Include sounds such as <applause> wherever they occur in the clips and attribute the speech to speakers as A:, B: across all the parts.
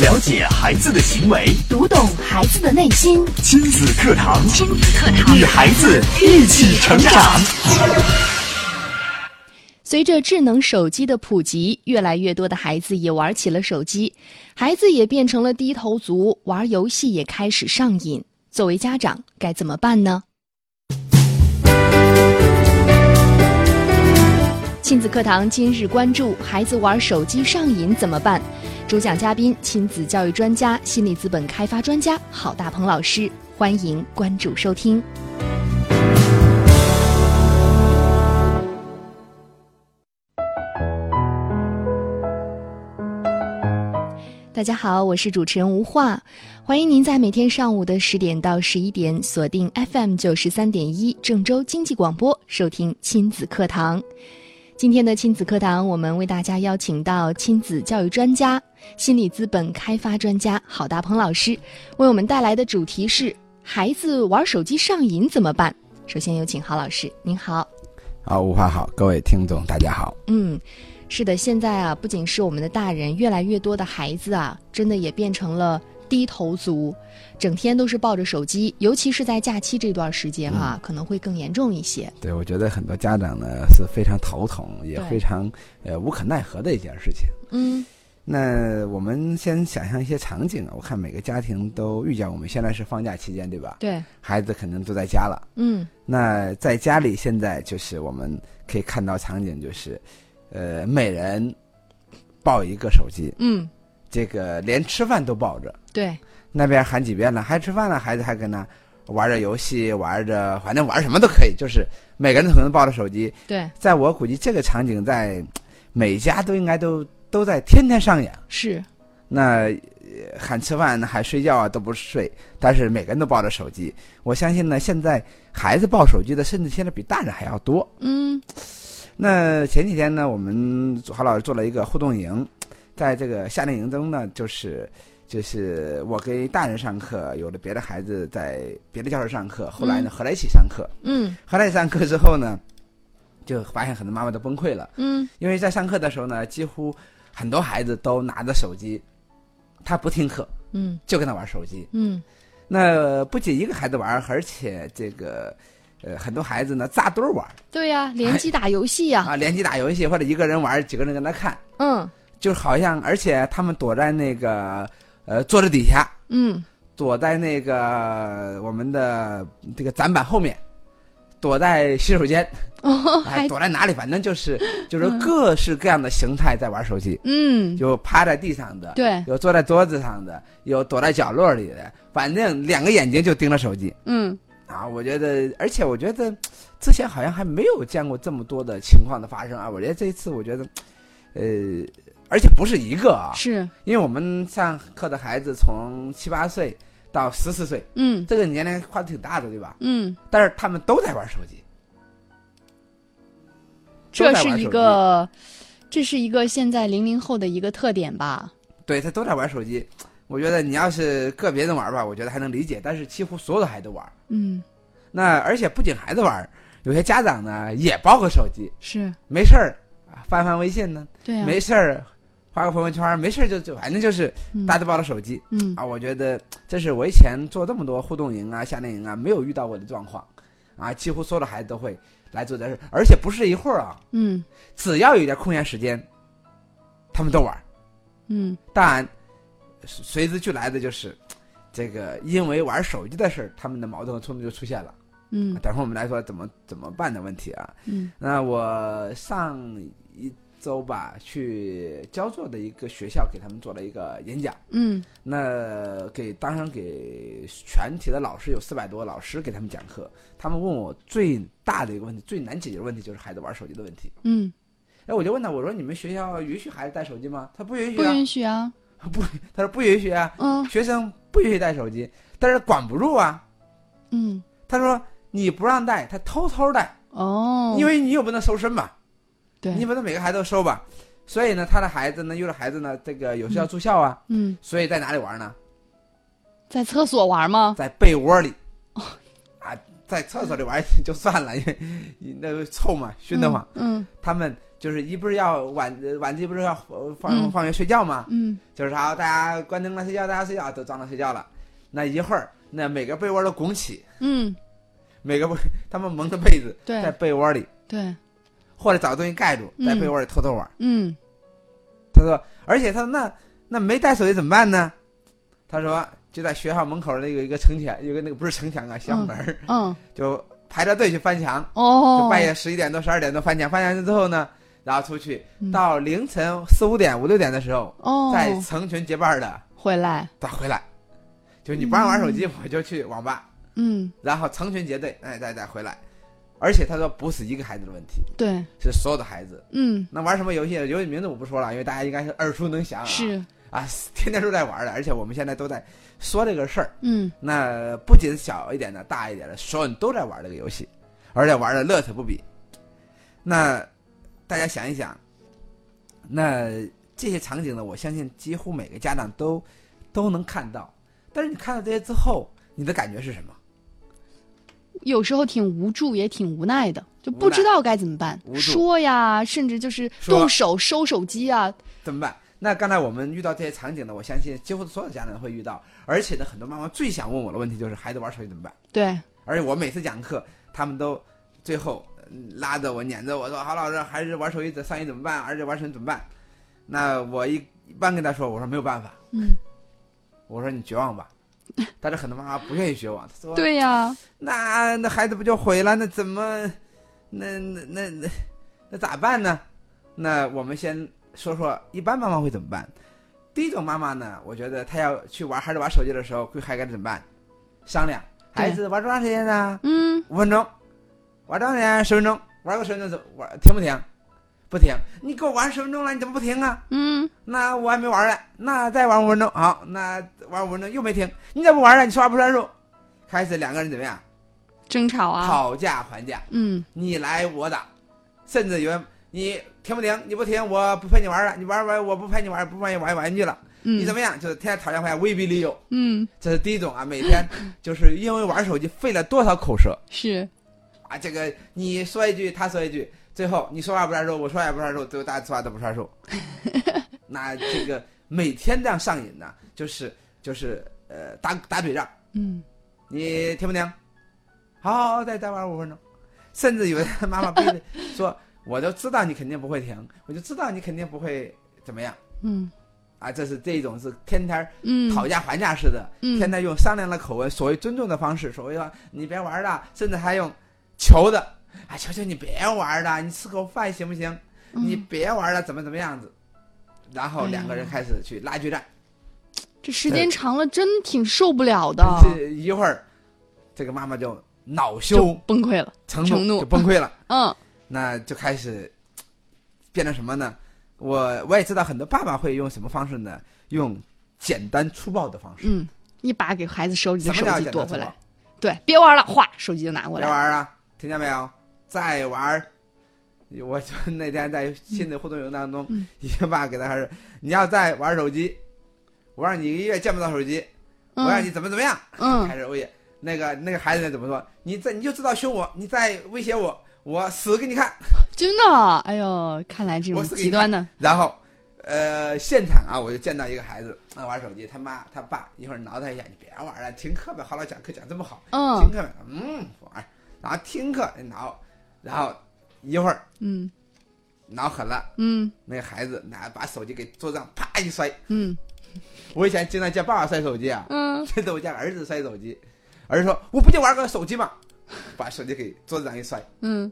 A: 了解孩子的行为，
B: 读懂孩子的内心。
A: 亲子课堂，
B: 亲子课堂，
A: 与孩子一起成长。
C: 随着智能手机的普及，越来越多的孩子也玩起了手机，孩子也变成了低头族，玩游戏也开始上瘾。作为家长，该怎么办呢？亲子课堂今日关注：孩子玩手机上瘾怎么办？主讲嘉宾：亲子教育专家、心理资本开发专家郝大鹏老师。欢迎关注收听。大家好，我是主持人吴化，欢迎您在每天上午的十点到十一点锁定 FM 九十三点一郑州经济广播收听亲子课堂。今天的亲子课堂，我们为大家邀请到亲子教育专家、心理资本开发专家郝大鹏老师，为我们带来的主题是孩子玩手机上瘾怎么办？首先有请郝老师，您好。
D: 好，无话啊好，各位听众，大家好。
C: 嗯，是的，现在啊，不仅是我们的大人，越来越多的孩子啊，真的也变成了低头族，整天都是抱着手机，尤其是在假期这段时间哈、可能会更严重一些。
D: 对，我觉得很多家长呢是非常头疼，也
C: 对
D: 非常呃无可奈何的一件事情。
C: 嗯
D: 那我们先想象一些场景啊，我看每个家庭都遇见。我们现在是放假期间，对吧？
C: 对，
D: 孩子肯定都在家了。
C: 嗯
D: 那在家里现在就是我们可以看到场景就是，呃，每人抱一个手机，
C: 嗯，
D: 这个连吃饭都抱着。
C: 对，
D: 那边喊几遍了，还吃饭了，孩子还跟那玩着游戏，玩着反正玩什么都可以，就是每个人可能抱着手机。
C: 对，
D: 在我估计，这个场景在每家都应该都都在天天上演。
C: 是，
D: 那呃喊吃饭喊睡觉啊都不睡，但是每个人都抱着手机。我相信呢，现在孩子抱手机的，甚至现在比大人还要多。
C: 嗯
D: 那前几天呢，我们郝老师做了一个互动营，在这个夏令营中呢，就是就是我给大人上课，有的别的孩子在别的教室上课，后来呢
C: 嗯
D: 合在一起上课，
C: 嗯
D: 合在一起上课之后呢，就发现很多妈妈都崩溃了，
C: 嗯，
D: 因为在上课的时候呢，几乎很多孩子都拿着手机，他不听课
C: 嗯
D: 就跟他玩手机，
C: 嗯，
D: 那不仅一个孩子玩，而且这个呃很多孩子呢扎堆儿玩
C: 对呀、联机打游戏呀、
D: 啊，联机打游戏或者一个人玩，几个人跟他看。
C: 嗯
D: 就好像，而且他们躲在那个呃桌子底下，
C: 嗯，
D: 躲在那个我们的这个展板后面，躲在洗手间，
C: 哦，
D: 哎，
C: 还
D: 躲在哪里，反正
C: <laughs>
D: 就是就是各式各样的形态在玩手机，
C: 嗯，
D: 有趴在地上的，
C: 对，
D: 有坐在桌子上的，有躲在角落里的，反正两个眼睛就盯着手机
C: 嗯
D: 啊！我觉得，而且我觉得之前好像还没有见过这么多的情况的发生啊！我觉得这一次，我觉得，呃，而且不是一个啊，
C: 是，
D: 因为我们上课的孩子从七八岁到十四岁，
C: 嗯
D: 这个年龄跨度挺大的，对吧？
C: 嗯，
D: 但是他们都在玩手机，
C: 这
D: 在
C: 是
D: 玩
C: 一
D: 手
C: 个，这是一个现在零零后的一个特点吧？
D: 对他都在玩手机。我觉得你要是个别人玩吧，我觉得还能理解，但是几乎所有的孩子都玩。
C: 嗯，
D: 那而且不仅孩子玩，有些家长呢也抱个手机，
C: 是
D: 没事儿啊翻翻微信呢，
C: 对啊，
D: 没事儿发个朋友圈，没事儿就就反正就是
C: 嗯
D: 大家都抱着手机。
C: 嗯
D: 啊，我觉得这是我以前做这么多互动营啊、夏令营啊，没有遇到过的状况，啊，几乎所有的孩子都会来做这事，而且不是一会儿啊，
C: 嗯
D: 只要有点空闲时间，他们都玩儿。
C: 嗯，
D: 当然，随随之俱来的就是，这个因为玩手机的事儿，他们的矛盾和冲突就出现了。啊
C: 嗯
D: 等会儿我们来说怎么怎么办的问题啊。
C: 嗯
D: 那我上一周吧，去焦作的一个学校给他们做了一个演讲。
C: 嗯
D: 那给当然给全体的老师有四百多个老师给他们讲课，他们问我最大的一个问题，最难解决的问题就是孩子玩手机的问题。
C: 嗯，
D: 哎，我就问他，我说你们学校允许孩子带手机吗？他不允许
C: 不
D: 啊，
C: 允许啊，
D: 他说不允许啊，
C: 嗯
D: 学生不允许带手机，但是管不住啊。
C: 嗯，
D: 他说你不让带，他偷偷带，
C: 哦，
D: 因为你又不能收身吧，
C: 对，
D: 你不能每个孩子都收吧。所以呢，他的孩子呢，有的孩子呢，这个有时候要住校啊，
C: 嗯，
D: 所以在哪里玩呢？
C: 哦在厕所玩吗？哦
D: 在被窝里，啊，在厕所里玩 <laughs> 就算了，因为那个臭嘛，熏得慌。
C: 嗯
D: 他们就是一不是要晚晚自习不是要呃放
C: 嗯
D: 放学睡觉嘛，
C: 嗯
D: 就是好大家关灯了睡觉，大家睡觉都装着睡觉了。那一会儿，那每个被窝都拱起，
C: 嗯，
D: 每个被 <laughs> 他们蒙着被子
C: 对
D: 在被窝里，
C: 对，
D: 或者找东西盖住，在
C: 嗯
D: 被窝里偷偷玩。
C: 嗯
D: 他说，而且他说那那没带手机怎么办呢？他说就在学校门口那个一个城墙，有个那个不是城墙啊，小门儿、
C: 嗯
D: 就排着队去翻墙，就
C: 哦，
D: 半夜十一点多、十二点多翻墙，翻墙之后呢，然后出去
C: 嗯
D: 到凌晨四五点、五六点的时候，
C: 哦
D: 再成群结伴的
C: 回来，
D: 再回来，就你不让玩手机，我就去网吧，
C: 嗯
D: 然后成群结队，哎，再再回来。而且他说不是一个孩子的问题，
C: 对，
D: 是所有的孩子。
C: 嗯
D: 那玩什么游戏？游戏名字我不说了，因为大家应该是耳熟能详啊。
C: 是，
D: 啊，天天都在玩的，而且我们现在都在说这个事儿。
C: 嗯
D: 那不仅小一点的、大一点的，所有人都在玩这个游戏，而且玩的乐此不疲。那大家想一想，那这些场景呢，我相信几乎每个家长都都能看到。但是你看到这些之后，你的感觉是什么？
C: 有时候挺无助，也挺无奈的，就
D: 无
C: 不
D: 奈
C: 知道该怎么办
D: 无，助
C: 说呀，甚至就是
D: 说
C: 动手收手机啊，
D: 怎么办？那刚才我们遇到这些场景呢，我相信几乎所有的家长都会遇到。而且呢，很多妈妈最想问我的问题就是：孩子玩手机怎么办？
C: 对，
D: 而且我每次讲课，他们都最后嗯拉着我、撵着我说：“郝老师，还是玩手机怎上瘾怎么办？而且玩手机怎么办？”那我一一般跟他说：“我说没有办法，
C: 嗯，
D: 我说你绝望吧。”但是很多妈妈不愿意绝望，她说：“，
C: 对呀，
D: 那那孩子不就毁了？那怎么，那那那那那咋办呢？”那我们先说说一般妈妈会怎么办。第一种妈妈呢，我觉得她要去玩孩子玩手机的时候，会还该怎么办？商量，孩子玩多长时间呢？
C: 嗯
D: 五分钟，玩多少钱？十分钟，玩个十分钟走，玩停不停？不停。你给我玩十分钟了，你怎么不停啊？
C: 嗯
D: 那我还没玩呢，那再玩五分钟，好，那玩五分钟又没停，你怎么不玩了？你说话不算数。开始两个人怎么样？
C: 争吵啊，
D: 讨价还价，
C: 嗯
D: 你来我打，甚至有人你停不停？你不停，我不陪你玩了。你玩玩，我不陪你玩，不陪你玩玩具了。
C: 嗯，
D: 你怎么样？就是天天讨价还价，威逼利诱。
C: 嗯
D: 这是第一种啊，每天 <coughs> 就是因为玩手机费了多少口舌。
C: 是，
D: 啊，这个你说一句，他说一句，最后你说话不算数，我说话也不算数，最后大家说话都不算数。那这个每天这样上瘾呢，就是就是呃打打嘴仗，
C: 嗯
D: 你听不听？好好好，再再玩五分钟，甚至有的妈妈逼着说，我就知道你肯定不会停，我就知道你肯定不会怎么样
C: 嗯
D: 啊，这是这种是天天儿
C: 嗯，
D: 讨价还价似的，
C: 嗯
D: 现在用商量的口吻，所谓尊重的方式，所谓说你别玩了，甚至还用求的，啊，求求你别玩了，你吃口饭行不行？你
C: 嗯
D: 别玩了，怎么怎么样子？然后两个人开始去拉锯战，
C: 这时间长了真挺受不了的，
D: 这一会儿，这个妈妈就恼
C: 就
D: 羞
C: 崩溃了，
D: 成
C: 成怒
D: 就崩溃了，
C: 嗯
D: 那就开始变成什么呢？我我也知道很多爸爸会用什么方式呢？用简单粗暴的方式。
C: 嗯，一把给孩子手里
D: 什
C: 的
D: 么
C: 手
D: 叫
C: 机
D: 简
C: 夺
D: 单粗
C: 回
D: 暴
C: 来？，对，别玩了，哗，手机就拿过
D: 别
C: 来。
D: 玩啊！听见没有？再玩儿！我就 <laughs> 那天在亲子互动营当中，
C: 嗯
D: 一个爸给他说：“你要再玩手机，我让你一个月见不到手机，我让你
C: 嗯
D: 怎么怎么样。”
C: 嗯
D: 开始威胁那个那个孩子怎么说？你再你就知道凶我，你再威胁我，我死给你看。
C: 真的，哎呦，看来这种
D: 我是给
C: 极端的，
D: 然后，呃，现场啊，我就见到一个孩子啊玩手机，他妈他爸一会儿挠他一下，你别玩了，停课吧，好好讲课讲这么好。
C: 嗯
D: 听课，嗯，玩，然后听课，然后，然后一会儿
C: 嗯
D: 挠狠了，
C: 嗯
D: 那个孩子拿把手机给桌子上啪一摔。
C: 嗯
D: 我以前经常见爸爸摔手机啊， <laughs>
C: 嗯，
D: 现在我见儿子摔手机，儿子说我不就玩个手机嘛，把手机给桌子上一摔，
C: 嗯，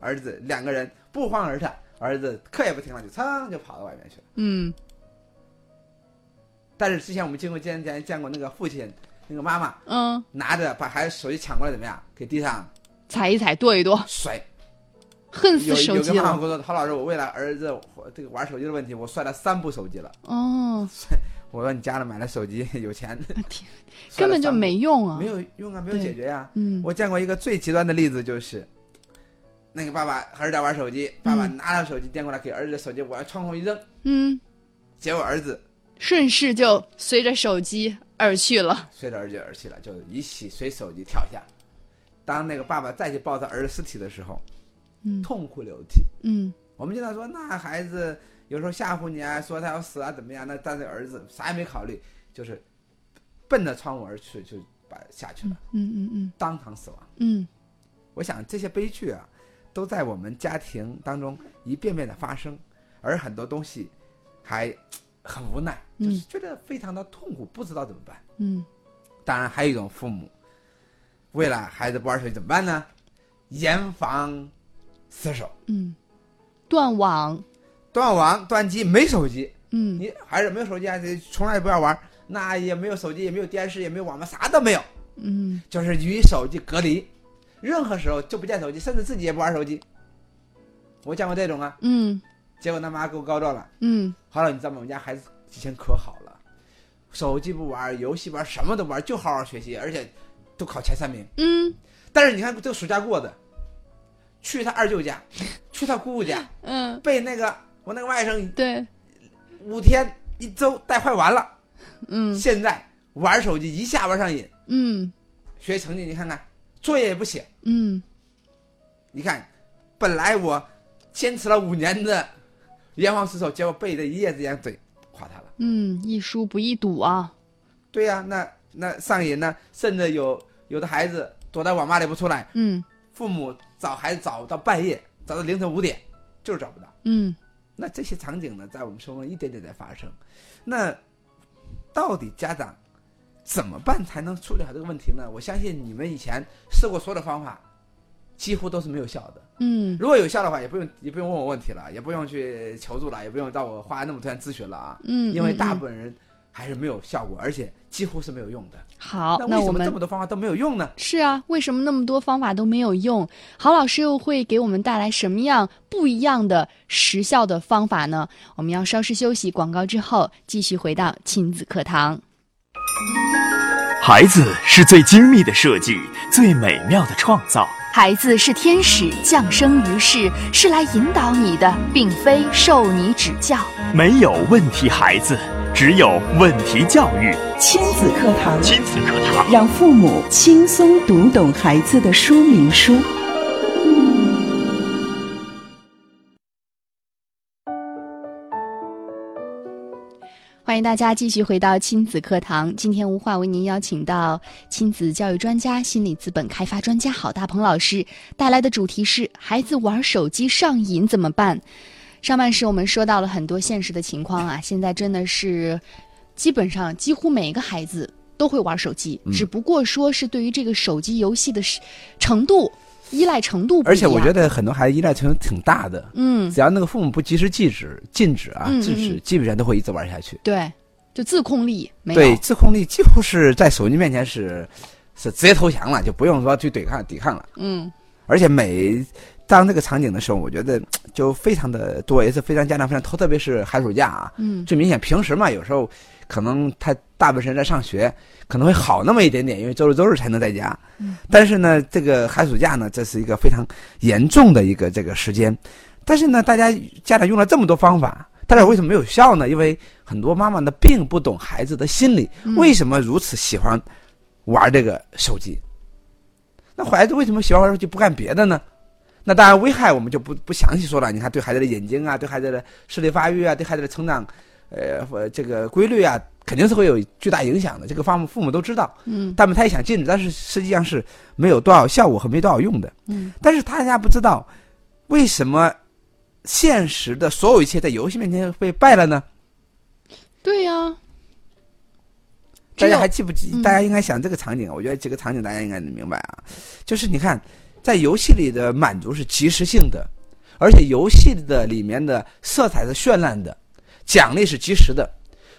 D: 儿子两个人不欢而散，儿子课也不听了，就噌就跑到外面去了。
C: 嗯，
D: 但是之前我们经过见见见过那个父亲，那个妈妈
C: 嗯，
D: 拿着把孩子手机抢过来怎么样，给地上
C: 踩一踩，跺一跺，
D: 摔。
C: <laughs> 恨死
D: 有
C: 手
D: 有
C: 机
D: 个妈妈
C: 了
D: 跟。我说，陶老师，我为了儿子这个玩手机的问题，我摔了三部手机了。
C: 哦，
D: 我说你家里买了手机有钱，
C: 天
D: 摔
C: <laughs> 根
D: 了
C: 本就
D: 三部
C: 没用啊
D: 没。有用啊，没有
C: 对
D: 解决呀、
C: 嗯
D: 我见过一个最极端的例子，就是那个爸爸还是在玩手机，爸爸
C: 嗯
D: 拿着手机颠过来给儿子的手机往窗户一扔，
C: 嗯，
D: 结果儿子
C: 顺势就随着手机而去了。
D: 随着儿子而去了，就一起随手机跳下，当那个爸爸再去抱他儿子尸体的时候，
C: 嗯
D: 痛哭流涕。
C: 嗯
D: 我们经常说，那孩子有时候吓唬你啊，说他要死啊，怎么样？那但是儿子啥也没考虑，就是奔着窗户而去，就把下去了，
C: 嗯嗯
D: 当场死亡。
C: 嗯
D: 我想这些悲剧啊，都在我们家庭当中一遍遍的发生，而很多东西还很无奈，就是觉得非常的痛苦，不知道怎么办。
C: 嗯
D: 当然，还有一种父母，为了孩子不玩手机怎么办呢？严防死守，
C: 嗯，断网，
D: 断网、断机，没手机，
C: 嗯
D: 你还是没有手机，还是从来不要玩，那也没有手机，也没有电视，也没有网络，啥都没有，
C: 嗯
D: 就是与手机隔离，任何时候就不见手机，甚至自己也不玩手机。我见过这种啊，
C: 嗯
D: 结果他妈给我告状了。
C: 嗯
D: 后来你知道吗？我们家孩子以前可好了，手机不玩，游戏不玩，什么都不玩，就好好学习，而且都考前三名。
C: 嗯
D: 但是你看这个暑假过的，去他二舅家，去他姑姑家，
C: 嗯，
D: 被那个我那个外甥
C: 对，
D: 五天一周带坏完了。
C: 嗯
D: 现在玩手机一下玩上瘾，
C: 嗯
D: 学习成绩你看看，作业也不写。
C: 嗯
D: 你看，本来我坚持了五年的严防死守，结果被这一夜之间嘴垮塌了。
C: 嗯，一输不一赌啊，
D: 对呀、那那上瘾呢，甚至有有的孩子躲在网吧里不出来，
C: 嗯
D: 父母找孩子找到半夜，找到凌晨五点，就是找不到。
C: 嗯
D: 那这些场景呢，在我们生活中一点点在发生。那到底家长怎么办才能处理好这个问题呢？我相信你们以前试过所有的方法，几乎都是没有效的。
C: 嗯
D: 如果有效的话，也不用也不用问我问题了，也不用去求助了，也不用到我花那么多钱咨询了啊，
C: 嗯，
D: 因为
C: 嗯
D: 大
C: 嗯
D: 部分人还是没有效果，而且几乎是没有用的。
C: 好，
D: 那为
C: 我
D: 什么
C: 们
D: 这么多方法都没有用呢？
C: 是啊，为什么那么多方法都没有用？郝老师又会给我们带来什么样不一样的时效的方法呢？我们要稍事休息，广告之后继续回到亲子课堂。
E: 孩子是最精密的设计，最美妙的创造。
B: 孩子是天使降生于世，是来引导你的，并非受你指教。
E: 没有问题孩子，只有问题教育。
F: 亲子课堂，
E: 亲子课堂。
F: 让父母轻松读懂孩子的说明书。
C: 欢迎大家继续回到亲子课堂。今天无话为您邀请到亲子教育专家、心理资本开发专家郝大鹏老师带来的主题是：孩子玩手机上瘾怎么办？上半时我们说到了很多现实的情况啊，现在真的是基本上几乎每一个孩子都会玩手机，
D: 嗯
C: 只不过说是对于这个手机游戏的是程度、依赖程度不一样。
D: 而且我觉得很多孩子依赖程度挺大的，
C: 嗯，
D: 只要那个父母不及时禁止、禁止啊、
C: 嗯嗯
D: 制止，
C: 嗯
D: 基本上都会一直玩下去。
C: 对，就自控力没有。
D: 对，自控力几乎是在手机面前是是直接投降了，就不用说去对抗抵抗了。
C: 嗯
D: 而且每当这个场景的时候，我觉得就非常的多，也是非常家长非常头，特别是寒暑假啊，
C: 嗯
D: 最明显。平时嘛，有时候可能他大部分时间在上学，可能会好那么一点点，因为周六周日才能在家。
C: 嗯
D: 但是呢，这个寒暑假呢，这是一个非常严重的一个这个时间。但是呢，大家家长用了这么多方法，但是为什么没有效呢？因为很多妈妈呢并不懂孩子的心理，
C: 嗯
D: 为什么如此喜欢玩这个手机？那孩子为什么喜欢玩手机不干别的呢？那当然，危害我们就不不详细说了。你看，对孩子的眼睛啊，对孩子的视力发育啊，对孩子的成长，呃，呃这个规律啊，肯定是会有巨大影响的。这个方父母都知道，
C: 嗯
D: 他们他也想禁止，但是实际上是没有多少效果和没多少用的。
C: 嗯
D: 但是大家不知道，为什么现实的所有一切在游戏面前被败了呢？
C: 对呀、
D: 大
C: 只有
D: 家还记不记？
C: 嗯
D: 大家应该想这个场景啊，我觉得这个场景大家应该能明白啊，就是你看，在游戏里的满足是即时性的，而且游戏的里面的色彩是绚烂的，奖励是及时的，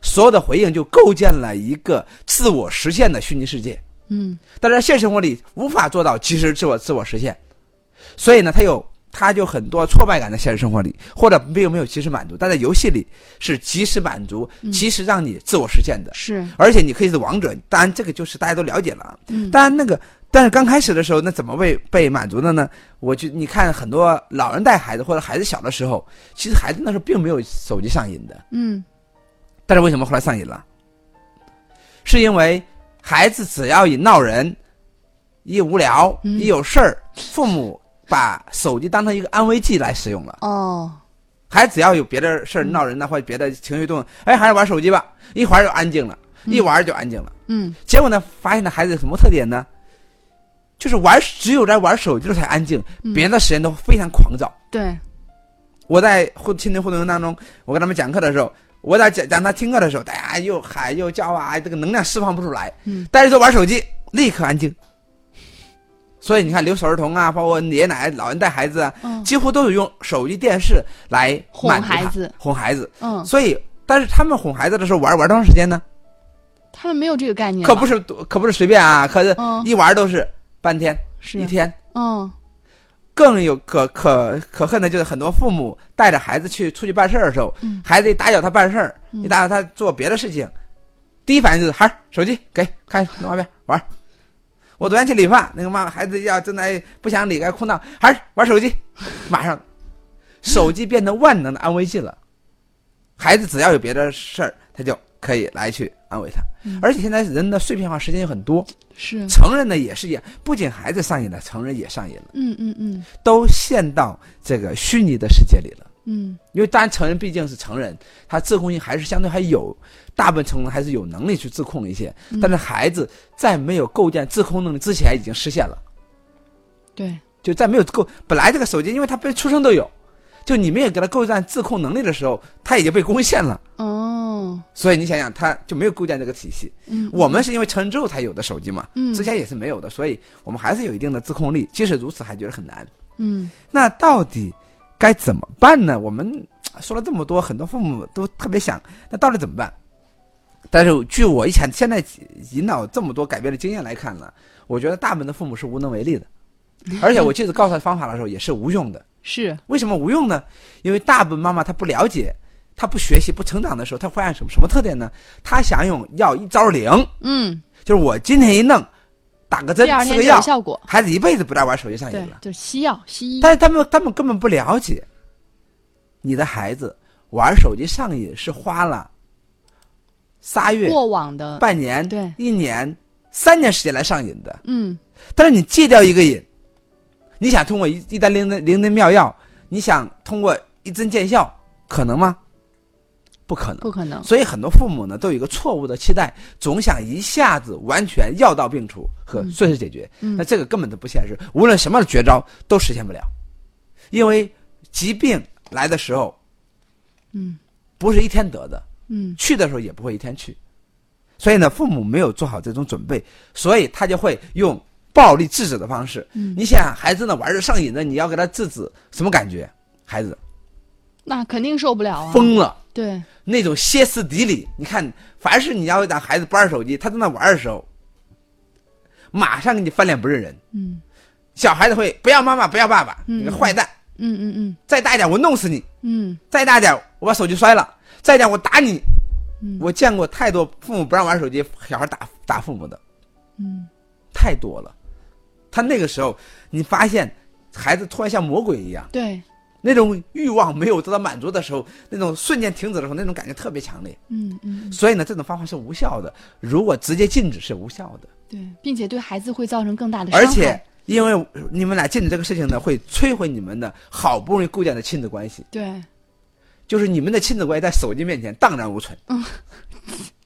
D: 所有的回应就构建了一个自我实现的虚拟世界。
C: 嗯
D: 但是在现实生活里无法做到及时自我自我实现，所以呢，他有他就很多挫败感在现实生活里，或者并没有及时满足，但在游戏里是及时满足，
C: 嗯
D: 及时让你自我实现的，
C: 是，
D: 而且你可以是王者。当然，这个就是大家都了解了啊。
C: 嗯
D: 当然，那个但是刚开始的时候，那怎么被被满足的呢？我就你看很多老人带孩子或者孩子小的时候，其实孩子那时候并没有手机上瘾的，
C: 嗯
D: 但是为什么后来上瘾了？是因为孩子只要一闹人，一无聊，
C: 嗯
D: 一有事儿，父母把手机当成一个安慰剂来使用了。
C: 哦，
D: 孩子只要有别的事儿
C: 嗯
D: 闹人呐，或者别的情绪动，哎，还是玩手机吧，一会儿就安静了，一玩儿就安静了。
C: 嗯
D: 结果呢，发现呢，孩子有什么特点呢？就是玩，只有在玩手机的时候才安静，
C: 嗯
D: 别人的时间都非常狂躁。
C: 对，
D: 我在互亲子互动营当中，我跟他们讲课的时候，我在讲讲他听课的时候，大家又喊又叫啊，这个能量释放不出来。
C: 嗯，
D: 但是都玩手机，立刻安静。所以你看，留守儿童啊，包括爷爷奶奶、老人带孩子啊，
C: 嗯
D: 几乎都有用手机、电视来
C: 哄
D: 满足
C: 孩
D: 他
C: 子
D: 哄孩子。
C: 嗯，
D: 所以，但是他们哄孩子的时候玩玩多长时间呢？
C: 他们没有这个概念了，
D: 可不是，可不是随便啊，可是
C: 嗯
D: 一玩都是半天、
C: 是
D: 一天。
C: 嗯
D: 更有可可可恨的就是很多父母带着孩子去出去办事儿的时候，
C: 嗯
D: 孩子一打搅他办事儿，一打搅他做别的事情，第一反应就是孩儿手机给看弄旁边玩儿。我昨天去理发，那个妈妈孩子要正在不想理该哭闹，孩儿玩手机，马上手机变成万能的安慰剂了。孩子只要有别的事儿，他就可以来去安慰他。而且现在人的碎片化时间也很多，
C: 是，
D: 成人呢也是一样，不仅孩子上瘾了，成人也上瘾了。
C: 嗯嗯嗯
D: 都陷到这个虚拟的世界里了。
C: 嗯
D: 因为当然，成人毕竟是成人，他自控性还是相对还有，大部分成人还是有能力去自控一些。
C: 嗯
D: 但是孩子在没有构建自控能力之前，已经失陷了。
C: 对，
D: 就在没有构，本来这个手机，因为他被出生都有，就你没有给他构建自控能力的时候，他已经被攻陷了。
C: 哦，
D: 所以你想想，他就没有构建这个体系。
C: 嗯
D: 我们是因为成人之后才有的手机嘛，
C: 嗯
D: 之前也是没有的，所以我们还是有一定的自控力。即使如此，还觉得很难。
C: 嗯
D: 那到底该怎么办呢？我们呃说了这么多，很多父母都特别想，那到底怎么办？但是据我以前现在引导这么多改变的经验来看呢，我觉得大部分的父母是无能为力
C: <laughs>
D: 的，而且我即使告诉他方法的时候也是无用的。
C: 是，
D: 为什么无用呢？因为大部分妈妈她不了解，她不学习、不成长的时候，她会按什么什么特点呢？她想用药一招灵，
C: 嗯，
D: 就是我今天一弄，打个针
C: 第二
D: 吃
C: 天
D: 个
C: 就有
D: 药，
C: 效果，
D: 孩子一辈子不再玩手机上瘾
C: 对
D: 了，。
C: 就是西药西医，
D: 但是他们他们根本不了解，你的孩子玩手机上瘾是花了仨月、
C: 过往的，
D: 半年、
C: 对
D: 一年、三年时间来上瘾的。
C: 嗯
D: 但是你戒掉一个瘾，你想通过一一单灵丹灵丹妙药，你想通过一针见效，可能吗？不可能。
C: 不可能，
D: 所以很多父母呢都有一个错误的期待，总想一下子完全药到病除和
C: 嗯
D: 顺势解决，那这个根本就不现实。无论什么绝招都实现不了，因为疾病来的时候，
C: 嗯，
D: 不是一天得的，
C: 嗯
D: 去的时候也不会一天去。所以呢，父母没有做好这种准备，所以他就会用暴力制止的方式。
C: 嗯
D: 你想想，孩子呢玩的上瘾的，你要给他制止，什么感觉？孩子
C: 那肯定受不了啊，
D: 疯了。
C: 对，
D: 那种歇斯底里。你看，凡是你要让孩子不玩手机，他正在玩的时候，马上给你翻脸不认人。
C: 嗯
D: 小孩子会不要妈妈，不要爸爸，你个坏蛋！
C: 嗯嗯嗯
D: 再大一点，我弄死你！
C: 嗯，
D: 再大一点，我把手机摔了！再点，我打你！
C: 嗯
D: 我见过太多父母不让玩手机，小孩打打父母的，
C: 嗯，
D: 太多了。他那个时候，你发现孩子突然像魔鬼一样，
C: 对，
D: 那种欲望没有得到满足的时候，那种瞬间停止的时候，那种感觉特别强烈。
C: 嗯嗯
D: 所以呢，这种方法是无效的。如果直接禁止是无效的，
C: 对，并且对孩子会造成更大的伤害，
D: 而且因为你们俩禁止这个事情呢，会摧毁你们的好不容易构建的亲子关系，
C: 对，
D: 就是你们的亲子关系在手机面前荡然无存。 <laughs>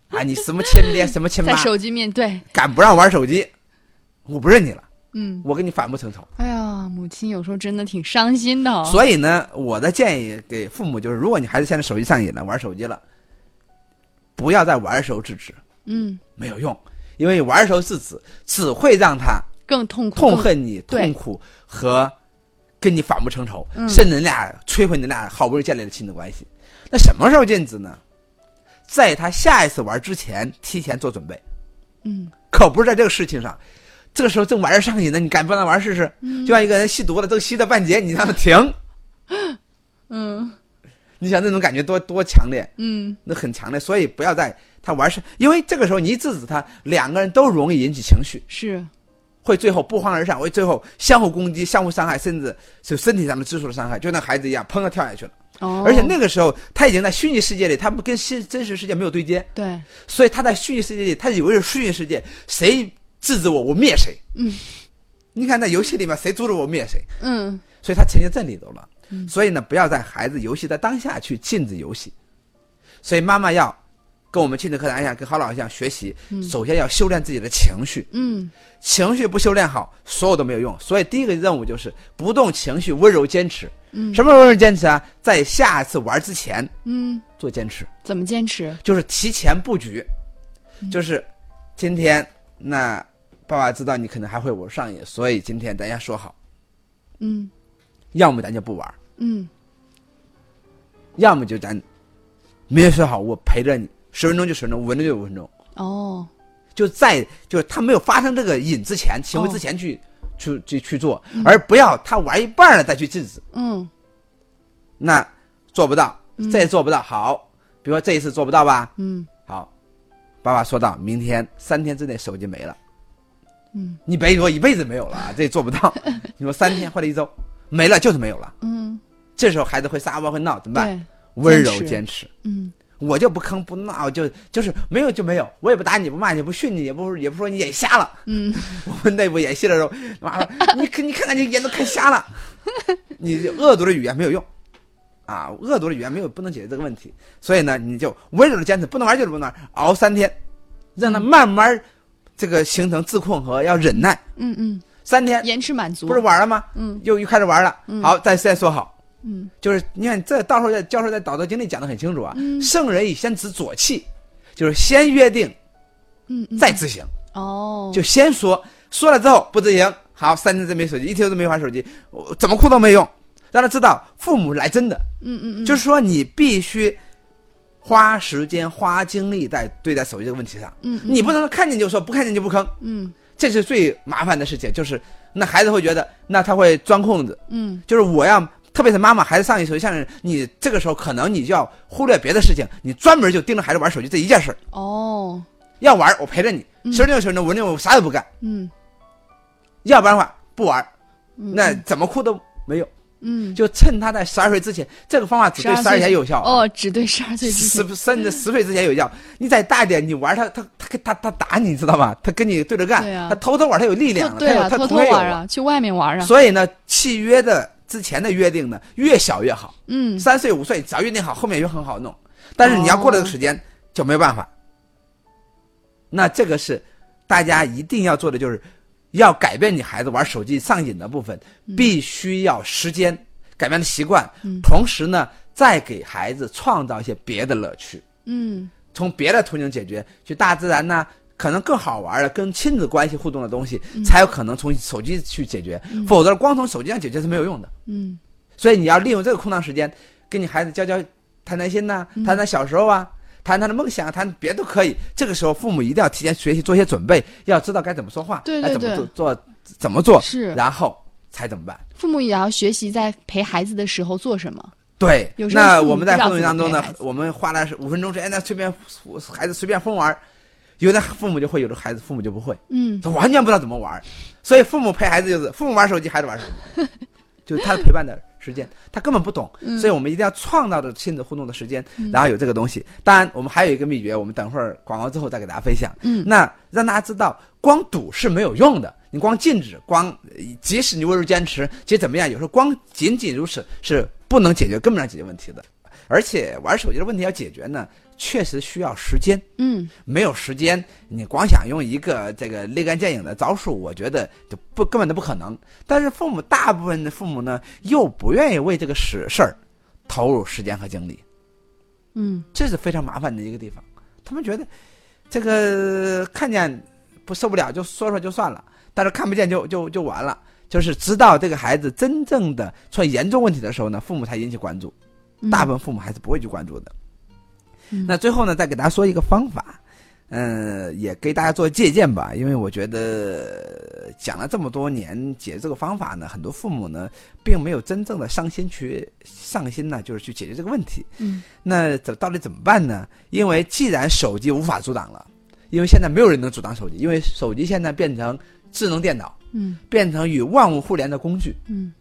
D: 啊，你什么亲爹什么亲
C: 在
D: 妈，
C: 手机面对，
D: 敢不让玩手机，我不认你了，
C: 嗯，
D: 我跟你反目成仇。
C: 哎呀，母亲有时候真的挺伤心的、哦，
D: 所以呢，我的建议给父母就是，如果你孩子现在手机上瘾了，玩手机了，不要再玩手制止，
C: 嗯，
D: 没有用，因为玩手制止只会让他
C: 更痛苦，
D: 痛
C: 更，
D: 恨你、
C: 对
D: 痛苦和跟你反目成仇，
C: 嗯
D: 甚至你俩摧毁你俩好不容易建立的亲子关系。那什么时候禁止呢？在他下一次玩之前，提前做准备，
C: 嗯
D: 可不是在这个事情上。这个时候正玩儿上瘾呢，你敢不让他玩儿试试？就像一个人吸毒了，都吸到半截，你让他停，
C: <laughs> 嗯
D: 你想那种感觉多多强烈，
C: 嗯，
D: 那很强烈。所以不要在他玩儿上，因为这个时候你一制止他，两个人都容易引起情绪。
C: 是，
D: 会最后不欢而散，会最后相互攻击、相互伤害，甚至是身体上的致数的伤害，就像那孩子一样，砰的跳下去了。
C: 哦，
D: 而且那个时候他已经在虚拟世界里，他们跟真真实世界没有对接，
C: 对，
D: 所以他在虚拟世界里，他以为是虚拟世界，谁制止我，我灭谁。
C: 嗯，
D: 你看在游戏里面，谁阻止我灭谁，
C: 嗯
D: 所以他潜进这里头了。所以呢，不要在孩子游戏的当下去禁止游戏。所以妈妈要跟我们亲子课堂一样，跟郝老师一样学习，首先要修炼自己的情绪，
C: 嗯
D: 情绪不修炼好，所有都没有用。所以第一个任务就是不动情绪，温柔坚持。
C: 嗯
D: 什么时候是坚持啊？在下次玩之前
C: 嗯，
D: 做坚持，
C: 怎么坚持？
D: 就是提前布局，
C: 嗯
D: 就是今天那爸爸知道你可能还会玩上瘾，所以今天咱要说好，
C: 嗯
D: 要么咱就不玩，
C: 嗯
D: 要么就咱没有说好，我陪着你十分钟就十分钟，五分钟就五分钟，
C: 哦
D: 就在就是他没有发生这个瘾之前，行为之前去、
C: 哦
D: 去去去做，而不要他玩一半了再去制止，
C: 嗯
D: 那做不到，这也做不到。好，比如说这一次做不到吧，
C: 嗯
D: 好，爸爸说到明天三天之内手机没了，嗯，你别说一辈子没有了啊，这也做不
C: <laughs>
D: 到。你说三天或者一周没了就是没有了，
C: 嗯，
D: 这时候孩子会撒泼会闹怎么办？
C: 对，
D: 温柔
C: 坚持
D: 坚持，
C: 嗯
D: 我就不吭不闹，就就是没有就没有，我也不打你不骂你不训你也不也不说你眼瞎了。
C: 嗯，
D: <laughs> 我们内部演戏的时候，妈说 <laughs> 你看你看看你眼都看瞎了，你恶毒的语言没有用。啊，恶毒的语言没有不能解决这个问题，所以呢，你就温柔的坚持，不能玩就是不能玩，熬三天，让他慢慢这个形成自控和要忍耐。
C: 嗯嗯，
D: 三天
C: 延迟满足
D: 不是玩了吗？
C: 嗯
D: 又又开始玩了。好，再再说好，
C: 嗯，
D: 就是你看这到时候在教授在导读经历讲的很清楚啊，圣人以先执左契，就是先约定，
C: 嗯嗯
D: 再执行，
C: 哦，
D: 就先说说了之后不执行，好，三天都没手机，一天都没玩手机，我怎么哭都没用，让他知道父母来真的，
C: 嗯嗯嗯，
D: 就是说你必须。花时间、花精力在对待手机这个问题上，
C: 嗯嗯
D: 你不能说看见就说，不看见就不吭，
C: 嗯
D: 这是最麻烦的事情。就是那孩子会觉得，那他会钻空子，
C: 嗯
D: 就是我要，特别是妈妈孩子上一手机像是你这个时候可能你就要忽略别的事情，你专门就盯着孩子玩手机这一件事儿。
C: 哦
D: 要玩儿我陪着你，十分钟十分钟，我那我啥也不干，
C: 嗯
D: 要不然的话不玩儿，那怎么哭都没有。
C: 嗯，
D: 就趁他在十二岁之前，这个方法只对
C: 12
D: 十二
C: 岁
D: 前有效啊。
C: 哦，只对十二岁之前，
D: 十甚至十岁之前有效，你再大一点，你玩儿他，他他他他打你，知道吧？他跟你对着干，
C: 对啊
D: 他偷偷玩儿，他有力量
C: 偷
D: 了，
C: 对啊，
D: 他有他
C: 偷偷
D: 同类有
C: 玩啊，去外面玩啊，
D: 所以呢，契约的之前的约定呢，越小越好。
C: 嗯
D: 三岁五岁只要约定好，后面也很好弄。但是你要过了这个时间、就没有办法。那这个是大家一定要做的，就是要改变你孩子玩手机上瘾的部分，必须要时间改变的习惯，同时呢，再给孩子创造一些别的乐趣，
C: 嗯
D: 从别的途径解决，去大自然呢。可能更好玩的，跟亲子关系互动的东西，
C: 嗯
D: 才有可能从手机去解决，否则光从手机上解决是没有用的。
C: 嗯
D: 所以你要利用这个空档时间，跟你孩子交交谈谈心呐、
C: 嗯
D: 谈谈小时候啊，谈谈的梦想，谈别的都可以。这个时候，父母一定要提前学习，做一些准备，要知道该怎么说话，
C: 对
D: 该
C: 对
D: 怎么
C: 对
D: 做做怎么做，
C: 是
D: 然后才怎么办。
C: 父母也要学习在陪孩子的时候做什么。
D: 对，
C: 有时候
D: 那
C: 父母
D: 我们在
C: 不知道
D: 互动当中
C: 怎么
D: 呢
C: 陪孩，子
D: 我们花了五分钟时间，哎那随便孩子随便疯玩儿，有的父母就会，有的孩子父母就不会，
C: 嗯
D: 他完全不知道怎么玩儿。所以父母陪孩子就是父母玩手机，孩子玩手机，
C: <laughs>
D: 就是他的陪伴的时间，他根本不懂。
C: 嗯
D: 所以我们一定要创造着亲子互动的时间，然后有这个东西。当然，我们还有一个秘诀，我们等会儿广告之后再给大家分享。
C: 嗯
D: 那让大家知道，光堵是没有用的。你光禁止，光呃即使你温柔坚持，其实怎么样？有时候光仅仅如此是不能解决根本上解决问题的。而且玩手机的问题要解决呢，确实需要时间。
C: 嗯
D: 没有时间，你光想用一个这个立竿见影的招数，我觉得就不根本都不可能。但是父母大部分的父母呢，又不愿意为这个事事儿投入时间和精力，
C: 嗯
D: 这是非常麻烦的一个地方。他们觉得这个看见不受不了就说说就算了，但是看不见就就就完了。就是直到这个孩子真正的出现严重问题的时候呢，父母才引起关注。
C: 嗯，
D: 大部分父母还是不会去关注的。
C: 嗯
D: 那最后呢，再给大家说一个方法，嗯、也给大家做借鉴吧，因为我觉得呃讲了这么多年解决这个方法呢，很多父母呢并没有真正的上心去上心呢，就是去解决这个问题。
C: 嗯，
D: 那怎到底怎么办呢？因为既然手机无法阻挡了，因为现在没有人能阻挡手机，因为手机现在变成智能电脑，
C: 嗯
D: 变成与万物互联的工具，
C: 嗯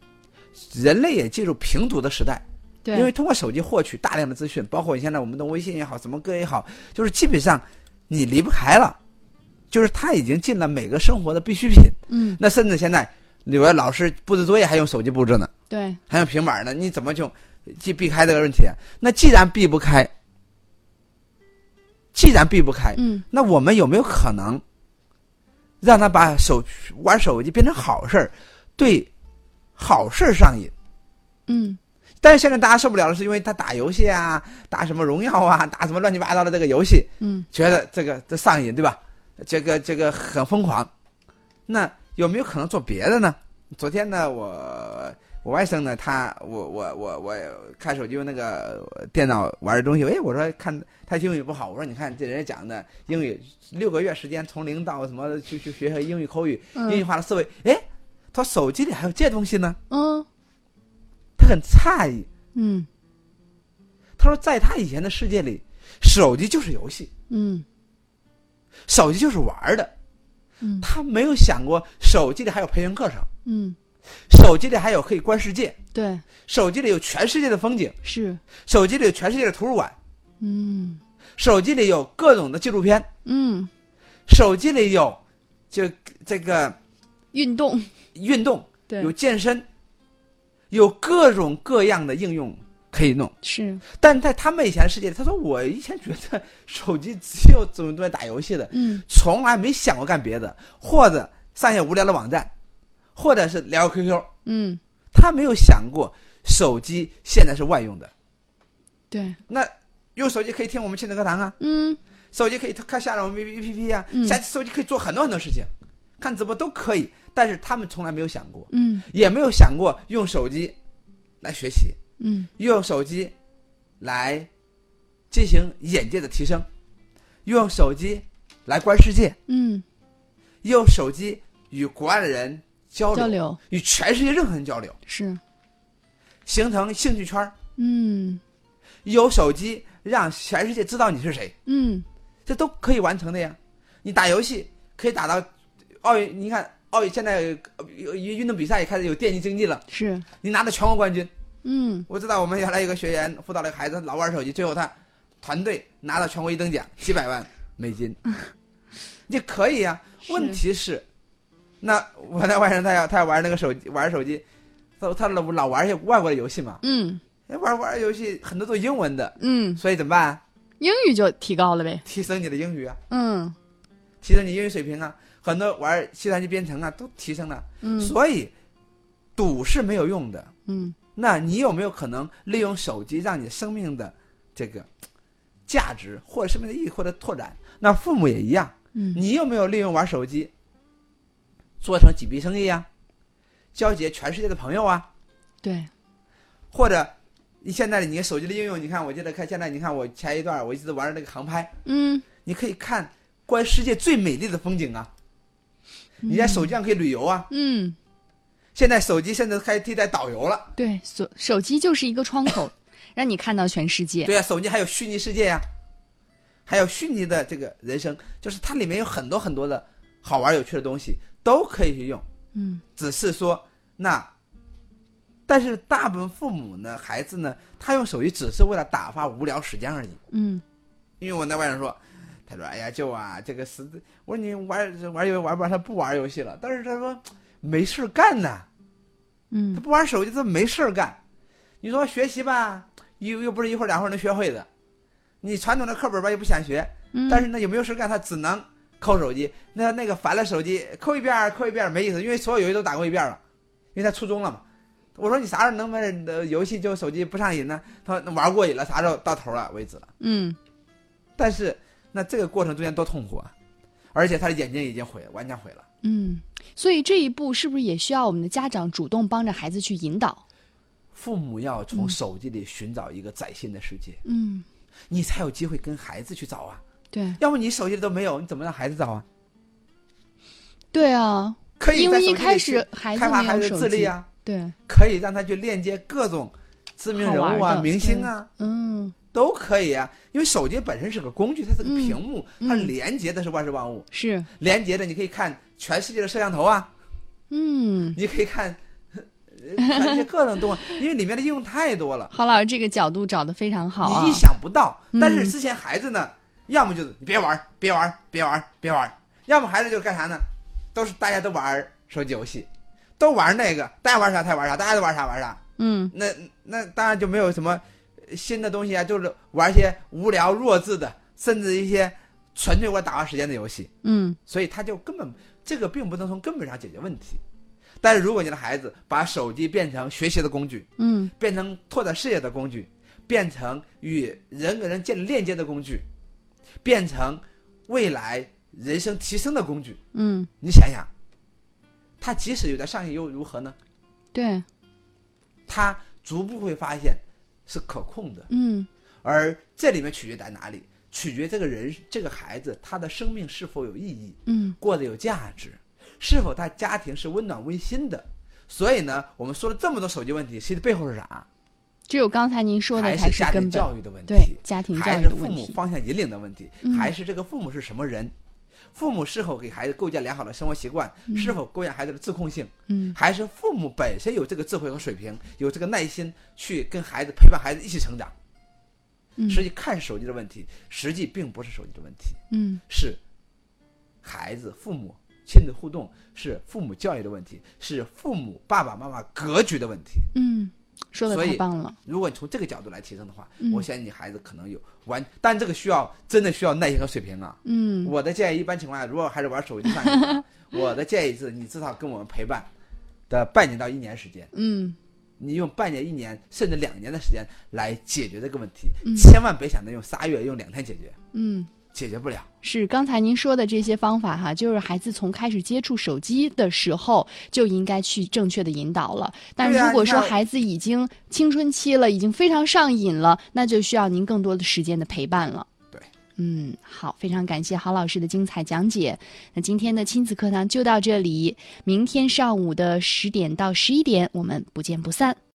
D: 人类也进入平读的时代。
C: 对，
D: 因为通过手机获取大量的资讯，包括现在我们的微信也好，什么歌也好，就是基本上你离不开了，就是它已经进了每个生活的必需品。
C: 嗯
D: 那甚至现在有的老师布置作业还用手机布置呢，
C: 对，
D: 还用平板呢，你怎么就去避开这个问题？啊那既然避不开，既然避不开，
C: 嗯，
D: 那我们有没有可能让他把手玩手机变成好事儿，对好事儿上瘾？
C: 嗯，
D: 但是现在大家受不了了，是因为他打游戏啊，打什么荣耀啊，打什么乱七八糟的这个游戏，
C: 嗯，
D: 觉得这个这上瘾，对吧？这个这个很疯狂。那有没有可能做别的呢？昨天呢，我我外甥呢，他我我我我看手机用那个电脑玩的东西，哎，我说看他英语不好，我说你看这人家讲的英语六个月时间从零到什么去去学学英语口语，英语
C: 嗯，
D: 化的思维，哎，他手机里还有这东西呢，
C: 嗯，
D: 他很诧异。
C: 嗯，
D: 他说，在他以前的世界里，手机就是游戏，
C: 嗯，
D: 手机就是玩儿的，
C: 嗯，
D: 他没有想过手机里还有培训课程，
C: 嗯，
D: 手机里还有可以观世界，
C: 对，
D: 手机里有全世界的风景，
C: 是，
D: 手机里有全世界的图书馆，
C: 嗯，
D: 手机里有各种的纪录片，
C: 嗯，
D: 手机里有就这个
C: 运动，
D: 运动，
C: 对
D: 有，健身，有各种各样的应用可以弄。
C: 是，
D: 但在他们以前的世界里，他说我以前觉得手机只有怎么怎么打游戏的，
C: 嗯，
D: 从来没想过干别的，或者上一些无聊的网站，或者是聊 QQ。
C: 嗯，
D: 他没有想过手机现在是万用的，
C: 对，
D: 那用手机可以听我们亲子课堂啊，
C: 嗯，
D: 手机可以看下载我们 A P P 啊
C: 嗯，
D: 下手机可以做很多很多事情，看直播都可以。但是他们从来没有想过，
C: 嗯，
D: 也没有想过用手机来学习，
C: 嗯，
D: 用手机来进行眼界的提升，用手机来观世界，
C: 嗯，
D: 用手机与国外的人交流，
C: 交流
D: 与全世界任何人交流，
C: 是，
D: 形成兴趣圈儿。
C: 嗯，
D: 有手机让全世界知道你是谁，
C: 嗯，
D: 这都可以完成的呀。你打游戏可以打到奥运，你看奥运现在呃有运运动比赛也开始有电竞竞技了，
C: 是，
D: 你拿到全国冠军。
C: 嗯，
D: 我知道我们原来有个学员 <laughs> 辅导了一个孩子老玩手机，最后他团队拿到全国一等奖，几百万美
C: <laughs>
D: 金，也可以呀。
C: 是
D: 问题是，那我那外甥他要他要玩那个手机玩手机，他他老老玩一些外国的游戏嘛，
C: 嗯，
D: 哎玩玩游戏很多都英文的，
C: 嗯，
D: 所以怎么办啊、
C: 英语就提高了呗，
D: 提升你的英语啊，
C: 嗯，
D: 提升你英语水平啊，很多玩计算机编程啊都提升了。
C: 嗯，
D: 所以赌是没有用的。
C: 嗯，
D: 那你有没有可能利用手机让你生命的这个价值或者生命的意义或者拓展？那父母也一样，
C: 嗯，
D: 你有没有利用玩手机做成几笔生意啊？交结全世界的朋友啊？
C: 对，
D: 或者你现在你手机的应用，你看我记得看现在你看我前一段我一直玩那个航拍，
C: 嗯，
D: 你可以看观世界最美丽的风景啊。你在手机上可以旅游啊，
C: 嗯，
D: 现在手机甚至开始替代导游了。
C: 对，手手机就是一个窗口，让你看到全世界。
D: 对呀、手机还有虚拟世界呀、还有虚拟的这个人生，就是它里面有很多很多的好玩有趣的东西都可以去用，
C: 嗯
D: 只是说那，但是大部分父母呢，孩子呢，他用手机只是为了打发无聊时间而已。
C: 嗯
D: 因为我在外面说，他说：“哎呀，舅啊，这个实……我说你玩玩游戏玩不玩？他不玩游戏了，但是他说没事儿干呐、他
C: 嗯
D: 不玩手机，他没事儿干。你说学习吧，又又不是一会儿两会儿能学会的。你传统的课本吧，又不想学，
C: 嗯，
D: 但是呢，也没有事儿干，他只能抠手机。那那个烦了手机，抠一遍儿抠一遍儿没意思，因为所有游戏都打过一遍儿了，因为他初中了嘛。我说你啥时候能把你的游戏就手机不上瘾呢？他说那玩过瘾了，啥时候到头了为止了。
C: 嗯
D: 但是那这个过程中间多痛苦啊！而且他的眼睛已经毁了，完全毁了。
C: 嗯，所以这一步是不是也需要我们的家长主动帮着孩子去引导？
D: 父母要从
C: 嗯
D: 手机里寻找一个崭新的世界，
C: 嗯，
D: 你才有机会跟孩子去找啊。
C: 对
D: 要不你手机里都没有，你怎么让孩子找啊？
C: 对啊，
D: 可以
C: 因
D: 在
C: 为
D: 手机
C: 一
D: 里
C: 开
D: 去
C: 始孩子
D: 开发
C: 没
D: 孩
C: 有
D: 子的
C: 手
D: 智力
C: 机，
D: 啊，
C: 对，
D: 可以让他去链接各种知名人
C: 好
D: 物
C: 玩
D: 啊、
C: 的
D: 明星啊，
C: 嗯
D: 都可以啊。因为手机本身是个工具，它是个
C: 嗯
D: 屏幕，
C: 嗯
D: 它连接的是万事万物，
C: 是，
D: 连接的你可以看全世界的摄像头啊，
C: 嗯，
D: 你可以看。 <laughs> 呃全世界各种东西，因为里面的应用太多了，
C: 郝老师这个角度找的非常好啊
D: 你意，想不到。
C: 嗯
D: 但是之前孩子呢，要么就是你别玩儿，别玩儿，别玩儿，别玩儿；要么孩子就干啥呢？都是大家都玩儿手机游戏，都玩那个，大家玩啥他玩啥，大家都玩啥玩啥，
C: 嗯
D: 那那当然就没有什么新的东西啊，就是玩一些无聊弱智的，甚至一些纯粹为了打发时间的游戏。
C: 嗯
D: 所以他就根本这个并不能从根本上解决问题。但是如果你的孩子把手机变成学习的工具，
C: 嗯
D: 变成拓展视野的工具，变成与人跟人建立链接的工具，变成未来人生提升的工具，
C: 嗯，
D: 你想想，他即使有在上瘾又如何呢？
C: 对，
D: 他逐步会发现是可控的，
C: 嗯
D: 而这里面取决在哪里？取决这个人这个孩子他的生命是否有意义。
C: 嗯
D: 过得有价值，是否他家庭是温暖温馨的。所以呢，我们说了这么多手机问题，其实背后是啥？
C: 只有刚才您说的才
D: 还是家
C: 根
D: 庭
C: 本，
D: 教育的问
C: 对
D: 题，
C: 家庭教
D: 还
C: 育
D: 是
C: 的
D: 父
C: 问
D: 母
C: 题，嗯
D: 方向引领的问题，还是这个父母是什么人？父母是否给孩子构建良好的生活习惯？是否构建孩子的自控性？
C: 嗯
D: 还是父母本身有这个智慧和水平，有这个耐心去跟孩子陪伴孩子一起成长？
C: 嗯
D: 实际看手机的问题，实际并不是手机的问题。
C: 嗯
D: 是孩子、父母亲子互动，是父母教育的问题，是父母爸爸妈妈格局的问题。
C: 嗯，说的
D: 所以
C: 太棒了，
D: 如果你从这个角度来提升的话，
C: 嗯
D: 我相信你孩子可能有完，但这个需要真的需要耐心和水平啊。
C: 嗯
D: 我的建议，一般情况下，如果还是玩手机上瘾的
C: <laughs>
D: 话，我的建议是你至少跟我们陪伴的半年到一年时间，
C: 嗯
D: 你用半年、一年甚至两年的时间来解决这个问题，
C: 嗯
D: 千万别想着用仨月、用两天解决，
C: 嗯。
D: 解决不了。
C: 是刚才您说的这些方法哈，就是孩子从开始接触手机的时候就应该去正确的引导了。但
D: 对
C: 如
D: 啊
C: 果
D: 你
C: 说
D: 看
C: 孩子已经青春期了，已经非常上瘾了，那就需要您更多的时间的陪伴了。
D: 对，
C: 嗯，好，非常感谢郝老师的精彩讲解。那今天的亲子课堂就到这里，明天上午的十点到十一点，我们不见不散。